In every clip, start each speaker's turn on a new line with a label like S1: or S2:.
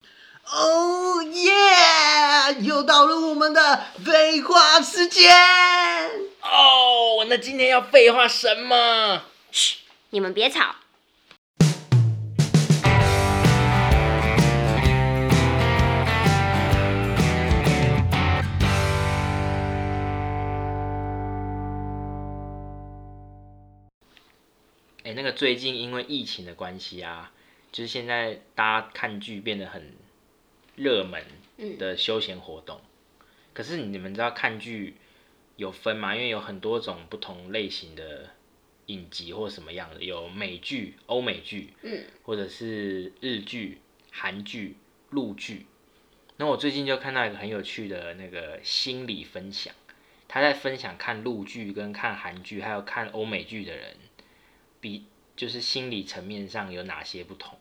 S1: 家 Oh 又到了我们的废话时间。
S2: 哦，那今天要废话什么？
S3: 嘘，你们别吵。
S2: 哎、那个最近因为疫情的关系啊，就是现在大家看剧变得很热门
S3: 嗯
S2: 的休闲活动。可是你们知道看剧有分吗？因为有很多种不同类型的影集或什么样的，有美剧、欧美剧，
S3: 嗯，
S2: 或者是日剧、韩剧、陆剧。那我最近就看到一个很有趣的那个心理分享，他在分享看陆剧、跟看韩剧，还有看欧美剧的人，比就是心理层面上有哪些不同。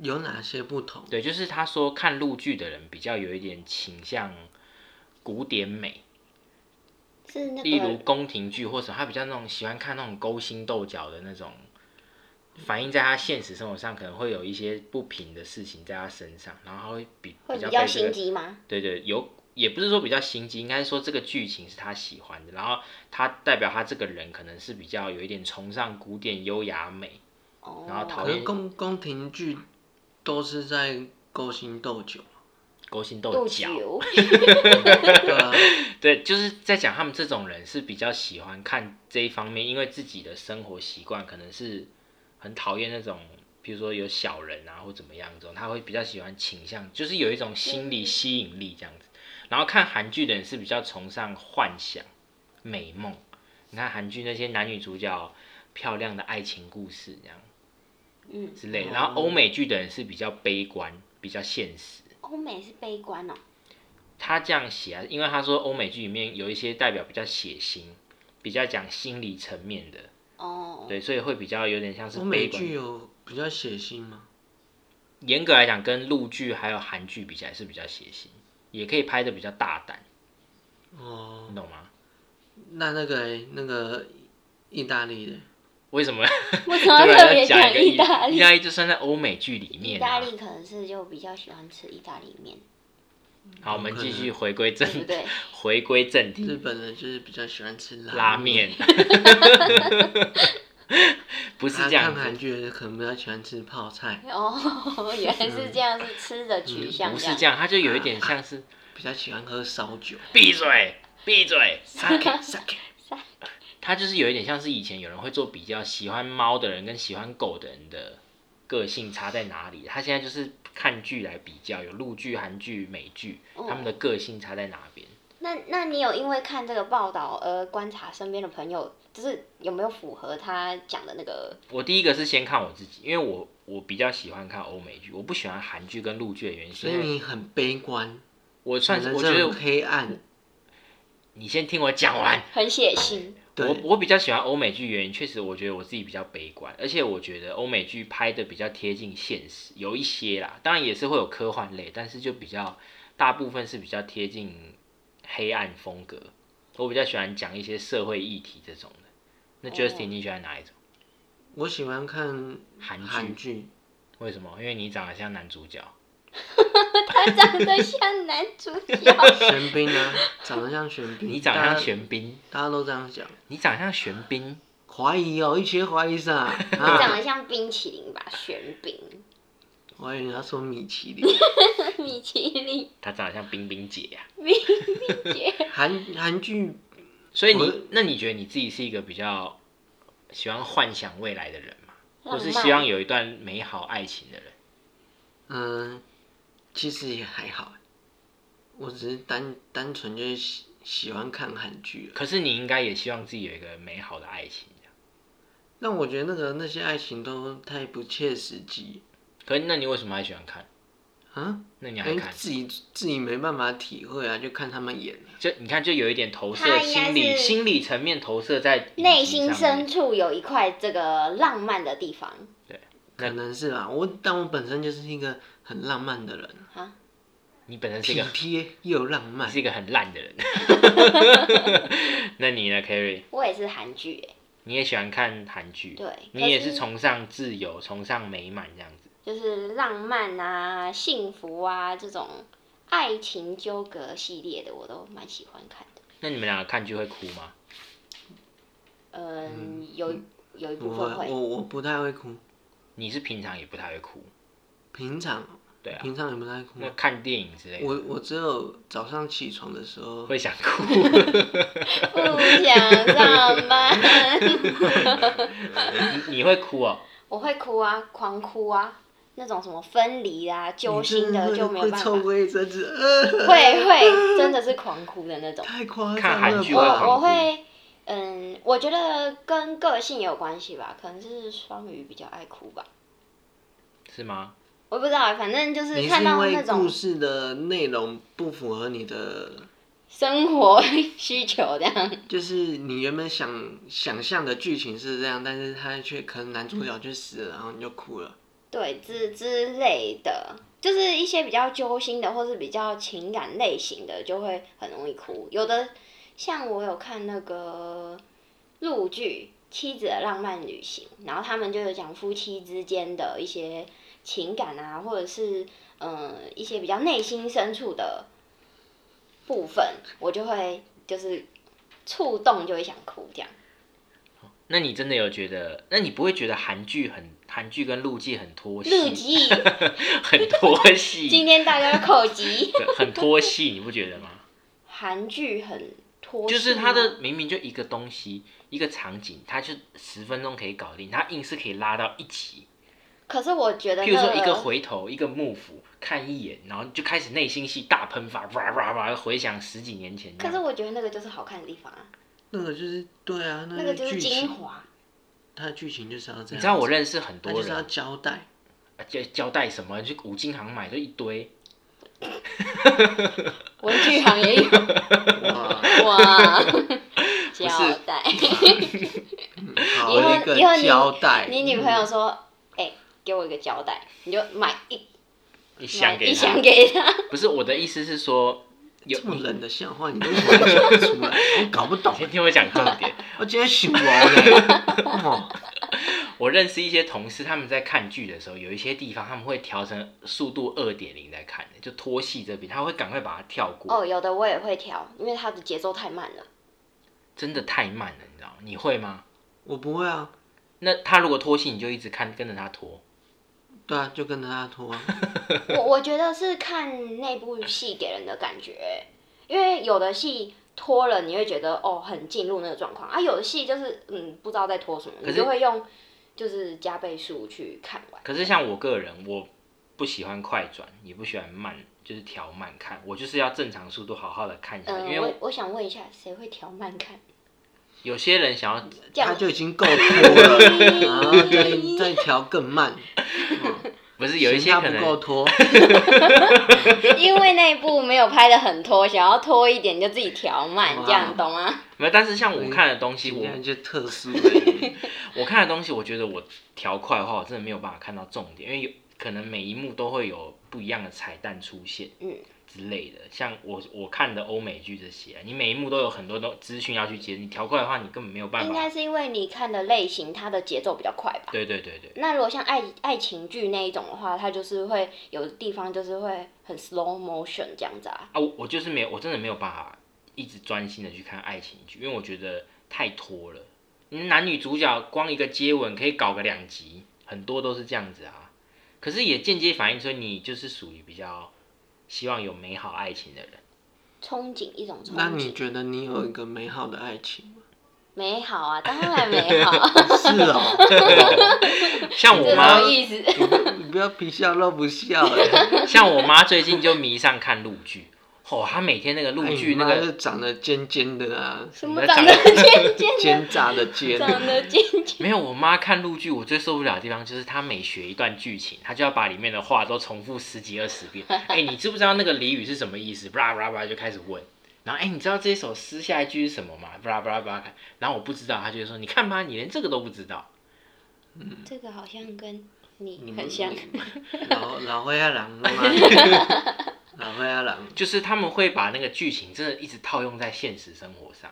S1: 有哪些不同？
S2: 对，就是他说看陆剧的人比较有一点倾向古典美，
S3: 是那
S2: 例如
S3: 个
S2: 宫廷剧或者他比较那种喜欢看那种勾心斗角的那种，反映在他现实生活上可能会有一些不平的事情在他身上，然后他会比
S3: 会
S2: 较被
S3: 比较
S2: 这
S3: 心
S2: 个
S3: 机吗？
S2: 对对有。也不是说比较心机，应该说这个剧情是他喜欢的，然后他代表他这个人可能是比较有一点崇尚古典优雅美，
S3: 哦，
S2: 然后讨
S1: 可是
S2: 厌
S1: 宫宫廷剧都是在勾心斗 角，
S2: 勾心
S3: 斗
S2: 斗角，
S3: 酒，
S1: 对啊，
S2: 对，就是在讲他们这种人是比较喜欢看这一方面，因为自己的生活习惯可能是很讨厌那种，比如说有小人啊或怎么样这种，他会比较喜欢倾向，就是有一种心理吸引力这样子。然后看韩剧的人是比较崇尚幻想、美梦。你看韩剧那些男女主角漂亮的爱情故事这样
S3: 嗯，
S2: 之类的，然后欧美剧的人是比较悲观、比较现实。
S3: 欧美是悲观哦，
S2: 他这样写啊，因为他说欧美剧里面有一些代表比较血腥，比较讲心理层面的，
S3: 哦，
S2: 对，所以会比较有点像是
S1: 欧
S2: 悲
S1: 美
S2: 观
S1: 剧。有比较血腥吗？
S2: 严格来讲，跟陆剧还有韩剧比起来是比较血腥，也可以拍的比较大胆，
S1: 哦，
S2: 你懂吗？
S1: 那那个欸那个意大利的，
S2: 为什么
S3: 为 什
S2: 突
S3: 么要
S2: 然
S3: 哦特别
S2: 要
S3: 讲
S2: 讲一个
S3: 意大
S2: 意
S3: 利？
S2: 大利就啊算在欧美剧里
S3: 意
S2: 面、
S3: 大
S2: 啊。
S3: 利可能是就比较喜欢吃意大利面，
S2: 好，我们继续回归
S3: 对不
S2: 正，
S3: 对？
S2: 回归正题。
S1: 日本人就是比较喜欢吃
S2: 拉
S1: 面，
S2: 面， 不是
S1: 啊
S2: 这样
S1: 看
S2: 子
S1: 韩，剧的可能比较喜欢吃泡菜，
S3: 哦， 原来是这样，是吃的取
S2: 嗯
S3: 向
S2: 不
S3: 这
S2: 是
S3: 样
S2: 这。样，他就有一点像是
S1: 比较喜欢喝烧 酒。
S2: 闭嘴，闭嘴，
S1: Sake sake
S2: 它就是有一点像是以前有人会做比较，喜欢猫的人跟喜欢狗的人的个性差在哪里。他现在就是看剧来比较，有陆剧、韩剧、美剧，
S3: 哦
S2: 他们的个性差在哪边？
S3: 那那你有因为看这个报道而观察身边的朋友，就是有没有符合他讲的那个？
S2: 我第一个是先看我自己，因为我我比较喜欢看欧美剧，我不喜欢韩剧跟陆剧的原因是
S1: 所以
S2: 因为
S1: 你很悲观，
S2: 我算是
S1: 人
S2: 我觉
S1: 生
S2: 得
S1: 很黑暗。
S2: 你先听我讲完，
S3: 很血腥，
S2: 我
S1: 对，
S2: 我比较喜欢欧美剧，原因确实我觉得我自己比较悲观，而且我觉得欧美剧拍的比较贴近现实，有一些啦，当然也是会有科幻类，但是就比较大部分是比较贴近黑暗风格。我比较喜欢讲一些社会议题这种的。那
S3: 哦
S2: Justin，、你喜欢哪一种？
S1: 我喜欢看
S2: 韩
S1: 韩
S2: 剧？
S1: 剧，
S2: 为什么？因为你长得像男主角。
S3: 他长得像男主 角。
S1: 玄彬啊，长得像玄彬，
S2: 你长得
S1: 大
S2: 像
S1: 家，
S2: 玄彬，
S1: 大家都这样讲，
S2: 你长得像玄彬，
S1: 怀疑哦，一切怀疑啥？
S3: 他
S1: 啊，
S3: 长得像冰淇淋吧，玄冰、
S1: 我以为他说米其 林，
S3: 米其林
S2: 他长得像冰冰姐啊呀、
S3: 姐。
S1: 韩韩剧
S2: 所以
S1: 我
S2: 你，那你觉得你自己是一个比较喜欢幻想未来的人吗？或是
S3: 浪漫
S2: 希望有一段美好爱情的人？
S1: 嗯，其实也还好，我只是单单纯就是喜喜欢看韩剧而已。
S2: 可是你应该也希望自己有一个美好的爱情。
S1: 但我觉得那个那些爱情都太不切实际
S2: 可是那你为什么还喜欢看？
S1: 啊，
S2: 那你
S1: 因
S2: 还
S1: 为
S3: 嗯
S2: 看？
S1: 自己自己没办法体会啊，就看他们演。
S2: 就你看，就有一点投射
S3: 他应该
S2: 心理
S3: 是
S2: 心理层面投射在影集
S3: 内心
S2: 上
S3: 深
S2: 面
S3: 处有一块这个浪漫的地方
S2: 那
S1: 可能是吧，我但我本身就是一个很浪漫的人，
S3: 啊，
S2: 你本身是一
S1: 体
S2: 个
S1: 贴又浪
S2: 你
S1: 漫
S2: 是。一个很烂的人。那你呢，Kerry？
S3: 我也是韩剧耶，
S2: 你也喜欢看韩剧？
S3: 对，
S2: 你也
S3: 可
S2: 是崇尚自由、崇尚美满这样子。
S3: 就是浪漫啊、幸福啊这种爱情纠葛系列的，我都蛮喜欢看的。
S2: 那你们两个看剧会哭吗？
S3: 嗯，有有一部分
S1: 我
S3: 会，
S1: 我我不太会哭，
S2: 你是平常也不太会哭，
S1: 平常
S2: 对啊。
S1: 平常也不太哭。
S2: 那看电影之类
S1: 嗯
S2: 的
S1: 我我只有早上起床的时候，
S2: 会想 哭，
S3: 不想上班，
S2: 你你会哭哦。
S3: 我会哭啊，狂哭啊，那种什么分离啊、揪
S1: 你真
S3: 心的
S1: 会
S3: 就没有
S1: 会
S3: 办法，
S1: 抽
S3: 会
S1: 过一阵子，呃，
S3: 会真的是狂哭的那种。
S1: 太夸
S2: 看
S1: 张
S2: 韩
S1: 了
S2: 剧
S3: 呃我
S2: 会
S1: 吧？
S2: 狂
S3: 我
S2: 哭
S3: 会，嗯，我觉得跟个性也有关系吧，可能是双鱼比较爱哭吧，
S2: 是吗？
S3: 我不知道，反正就是
S1: 你是
S3: 看
S1: 因
S3: 到
S1: 为
S3: 那
S1: 故
S3: 种
S1: 事的内容不符合你的，
S3: 生活 需求这样。
S1: 就是你原本想想象的剧情是这样，但是他却可能男主角就死了，然后你就哭了。
S3: 对之之类的，就是一些比较揪心的，或是比较情感类型的，就会很容易哭。有的像我有看那个陆剧《妻子的浪漫旅行》，然后他们就有讲夫妻之间的一些情感啊，或者是嗯一些比较内心深处的部分，我就会就是触动就会想哭这样。
S2: 那你真的有觉得？那你不会觉得韩剧很韩剧跟陆剧很拖戏？
S3: 陆剧，
S2: 很拖 戏，
S3: 今天大家口急。
S2: 对很拖戏，你不 觉得吗？
S3: 韩剧很拖，
S1: 啊
S2: 就是它的明明就一个东西，一个场景，它就十分钟可以搞定，它硬是可以拉到一集。
S3: 可是我觉得，
S2: 譬如说一个，回头，一个幕府，看一眼，然后就开始内心戏大喷发，哇哇哇，回想十几年前这
S3: 可是
S2: 样。
S3: 我觉得那个就是好看的地方啊，
S1: 那个就是对啊，
S2: 嗯
S3: 那个就
S1: 剧
S3: 是精
S1: 情，
S3: 华。
S1: 它的剧情就是要这样子。
S2: 你知道我认识很
S1: 他
S2: 多
S1: 就是要
S2: 人，
S1: 交 代，
S2: 啊交交代什么去五金行买的一堆，
S3: 文具行也有
S1: 哇，
S3: 哇， 胶
S2: 是
S3: 带。
S1: 好
S3: 以后
S1: 一个
S3: 以后你
S1: 交代。嗯
S3: 你女朋友说：“
S2: 嗯
S3: 哎、给我一个胶带，你就买一
S2: 你
S3: 买
S2: 想给
S3: 一
S2: 他
S3: 箱。给她。
S2: 不是我的意思是 说，有
S1: 这么
S2: 你
S1: 冷的笑话，你都讲不出来，我搞不 懂。
S2: 先听我讲重点。
S1: 我今天醒了嘞，哦，
S2: 我认识一些同事，他们在看剧的时候，有一些地方他们会调成速度二点零在看的，就拖戏这边，他会赶快把它跳”过。
S3: 哦，有的我也会调，因为它的节奏太慢了。
S2: 真的太慢了，你知道吗？你会吗？
S1: 我不会啊。
S2: 那他如果拖戏，你就一直看跟着他拖。
S1: 对啊，就跟着他拖啊。
S3: 我我觉得是看那部戏给人的感觉，因为有的戏拖了，你会觉得哦很进入那个状况啊，有的戏就是嗯不知道在拖什么，
S2: 可
S3: 你
S2: 是
S3: 就会用就是加倍数去看完。
S2: 可是像我个人，我不喜欢快转，也不喜欢慢，就是调慢看。我就是要正常速度，好好的看下来。因
S3: 嗯，
S2: 为
S3: 我我想问一下，谁会调 慢看？
S2: 有些人想要
S3: 这
S1: 他
S3: 样
S1: 就已经够拖 了，然后再再调更慢。
S2: 不是有一些
S1: 嫌
S2: 可
S1: 他不够
S2: 能
S1: 拖，
S3: 因为那一部没有拍的很拖，想要拖一点就自己调慢，
S1: 哇
S3: 这样懂吗？
S2: 没有，但是像我看的东西，
S1: 今
S2: 我
S1: 天就特殊 了。
S2: 我看的东西，我觉得我调快的话，我真的没有办法看到重点，因为有可能每一幕都会有不一样的彩蛋出现，
S3: 嗯
S2: 之类的。像我我看的欧美剧这些，你每一幕都有很多都资讯要去接，你调快的话，你根本没有办
S3: 应该
S2: 法。
S3: 是因为你看的类型，它的节奏比较快吧。
S2: 对对对对，
S3: 那如果像爱爱情剧那一种的话，它就是会有的地方就是会很 slow motion 这样子啊。
S2: 啊，我我就是没有，我真的没有办法一直专心的去看爱情剧，因为我觉得太拖了。嗯男女主角光一个接吻可以搞个两集，很多都是这样子啊。可是也间接反映出你就是属于比较希望有美好爱情的人。
S3: 憧憬一种憧
S1: 那你
S3: 憬，
S1: 觉得你有一个美好的爱情吗？
S3: 美好啊，当然美好，啊
S1: 是哦，
S2: 像
S3: 这
S2: 我妈
S3: 什么，意思？
S1: 你不要皮笑肉不笑哎。
S2: 像我妈最近就迷上看陆剧，哦，她每天那个陆剧那
S1: 哎你妈就
S2: 个，
S1: 长得尖尖的 啊，
S3: 什么
S2: 你在
S3: 长
S2: 讲
S3: 得尖尖
S1: 奸诈的
S3: 的，
S1: 奸。
S3: 长得尖尖，
S2: 没有我妈看陆剧，我最受不了的地方就是她每学一段剧情，她就要把里面的话都重复十几二十遍。哎、你知不知道那个俚语是什么意思？布拉布拉布拉就开始问。然后哎、你知道这首诗下一句是什么吗？布拉布拉布拉。然后我不知道，她就会说你看吧，你连这个都不知道。
S3: 这个好像跟
S1: 你
S3: 你
S1: 们
S3: 很像。
S1: 老老灰啊狼了 吗？老灰啊狼，
S2: 就是他们会把那个剧情真的一直套用在现实生活上。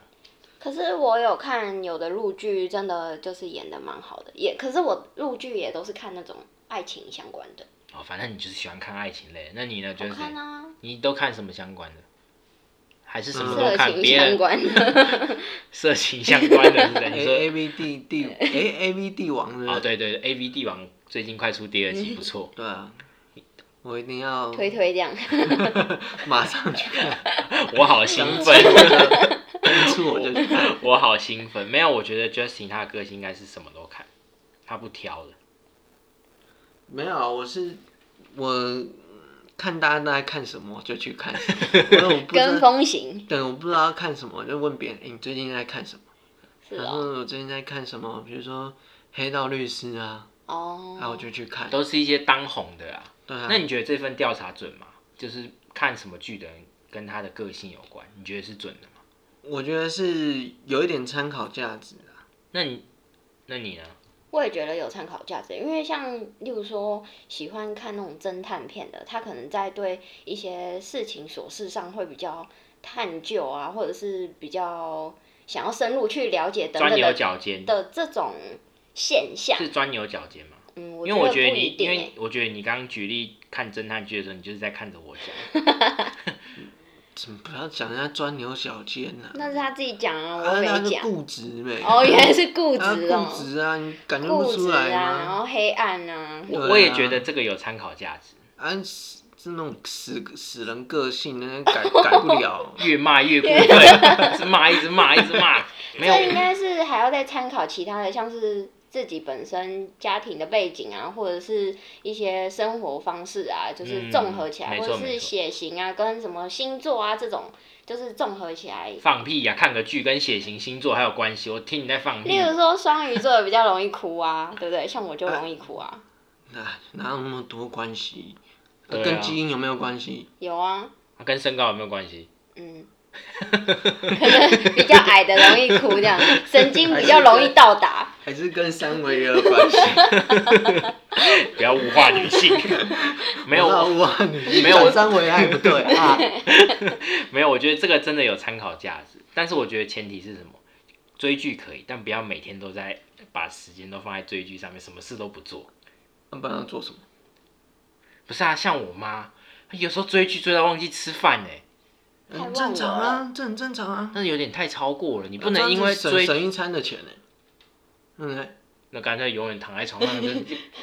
S3: 可是我有看有的陆剧，真的就是演的蛮好的，也可是我陆剧也都是看那种爱情相关的，
S2: 哦，反正你就是喜欢看爱情类的，那你呢？就
S3: 好
S2: 是
S3: 看啊。
S2: 你都看什么相关的？还是什么都
S3: 色
S2: 看
S3: 情
S2: 别
S3: 相
S2: 人
S3: 关 的，
S2: 色情相关的？是不是？你说
S1: 哎 A A V 帝帝 A A V 帝王
S2: 哦，
S1: 的，
S2: 对对对，A V 帝王最近快出第二 集，不错。
S1: 对啊，我一定要
S3: 推推这样，
S1: 马上去看，
S2: 我好兴奋，
S1: 一出我就去看。
S2: 我好兴奋。没有，我觉得 Justin 他的个性应该是什么都看，他不挑的。
S1: 没有啊，我是我看大家都在看什么，我就去 看什么。因为我不知
S3: 跟
S1: 道，
S3: 风型
S1: 对，我不知道看什么，我就问别人、哎诶你最近在看什么？
S3: 是
S1: 然
S3: 哦，
S1: 后我最近在看什么？比如说《黑道律师》啊，
S3: 哦，
S1: 然后我就去看。
S2: 都是一些当红的啦。
S1: 对啊
S2: 那，你觉得这份调查准吗？就是看什么剧的人跟他的个性有关，你觉得是准的吗？
S1: 我觉得是有一点参考价值啊。
S2: 那你，那你呢？
S3: 我也觉得有参考价值，因为像例如说喜欢看那种侦探片的，他可能在对一些事情琐事上会比较探究啊，或者是比较想要深入去了解等
S2: 钻
S3: 等
S2: 牛
S3: 的
S2: 角尖
S3: 的这种现象。
S2: 是钻牛角尖吗？
S3: 嗯，
S2: 因为我觉得
S3: 不
S2: 你
S3: 一，定
S2: 因
S3: 欸
S2: 为我觉得你刚刚举例看侦探剧的时候，你就是在看着我讲。
S1: 怎么不要讲人家钻牛角尖呢、啊？
S3: 那是他自己讲啊，我
S1: 啊，
S3: 没
S1: 那是
S3: 讲。
S1: 固执呗。
S3: 哦，原来是固
S1: 啊
S3: 执哦，
S1: 固执啊，你感觉
S3: 固
S1: 不
S3: 执
S1: 出
S3: 啊，
S1: 来
S3: 然
S1: 吗？
S3: 后黑暗啊，
S1: 对啊
S2: 我也觉得这个有参考价值，
S1: 啊，是是那种死死人个性，那改改不了。
S2: 越骂 越过分，一直骂一直骂一直骂，没有
S3: 这应该是还要再参考其他的，像是自己本身家庭的背景啊，或者是一些生活方式啊，就是
S2: 嗯
S3: 综合起来，
S2: 没
S3: 或
S2: 错
S3: 者
S2: 没
S3: 是
S2: 错
S3: 血型啊，跟什么星座啊这种，就是综合起来。
S2: 放屁呀、看个剧跟血型星座还有关系，我听你在放屁
S3: 例。如说双鱼座比较容易哭啊，对不对？像我就容易哭啊，
S1: 那哎哪有那么多关系？
S2: 对啊
S1: 跟基因有没有关系？
S3: 有啊，
S2: 跟身高有没有关系？
S3: 嗯， 可能比较矮的容易哭，这样神经比较容易到达。
S1: 还是跟三维也有关 系？
S2: 不要物化女 性。没有，
S1: 我知道我
S2: 没有
S1: 讲三维爱不 对啊。
S2: 没有，我觉得这个真的有参考价值，但是我觉得前提是什么？追剧可以，但不要每天都在把时间都放在追剧上面，什么事都不做。
S1: 那不然要做什么？
S2: 不是啊，像我妈，她有时候追剧追到忘记吃饭呢、欸
S3: 太
S1: 很
S3: 忘
S1: 正常
S3: 我
S1: 啊，这很正常啊。
S2: 那有点太超过了。你
S1: 你
S2: 不能因为
S1: 省
S2: 追，
S1: 省一餐的钱呢、对不对？
S2: 那干脆永远躺在床上，就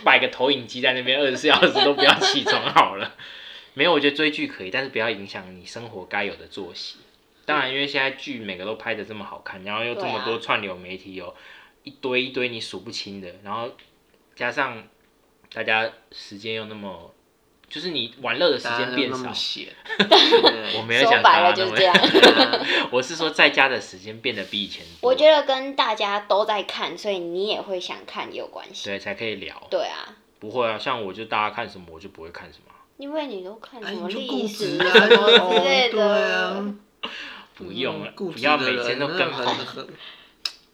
S2: 摆个投影机在那边，二十四小时都不要起床好了。 没有，我觉得追剧可以，但是不要影响你生活该有的作息。当然，因为现在剧每个都拍的这么好看，然后又这么
S3: 对
S2: 多串流媒体有一堆一堆你数不清的，然后加上大家时间又那么，就是你玩乐的时
S1: 大家
S2: 间
S1: 都
S2: 变
S1: 那
S2: 少
S1: 么。 闲，对
S2: 我 没有
S3: 说
S2: 想啊
S3: 白
S2: 大家
S3: 了就是
S2: 那
S3: 这
S2: 么，
S3: 样。
S2: 我是说在家的时间变得比以前多，
S3: 我觉得跟大家都在看，所以你也会想看也有关系。
S2: 对才可以聊。
S3: 对啊，
S2: 不会啊，像我就大家看什么我就不会看什么。啊
S3: 因为你都看
S1: 哎，
S3: 什么
S1: 你就
S3: 历
S1: 固
S3: 史
S1: 执
S3: 啊
S1: 啊，
S3: 什么
S1: 哦
S3: 之类
S1: 对
S3: 的
S1: 啊，
S2: 不用了，
S1: 嗯固
S2: 不
S1: 执
S2: 要
S1: 的
S2: 每
S1: 人
S2: 天都
S1: 那
S2: 跟
S1: 很
S2: 风，
S1: 很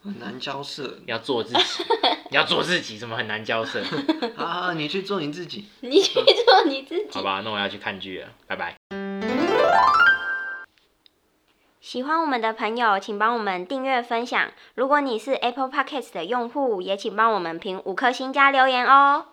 S1: 很难交涉
S2: 要做自己，你要做自己，怎么很难交涉？
S1: 啊！你去做你自己。
S3: 你去做你自
S2: 好
S3: 己。
S2: 吧，那我要去看剧了，拜拜。
S4: 喜欢我们的朋友，请帮我们订阅分享。如果你是 Apple Podcast 的用户，也请帮我们评五颗星加留言哦。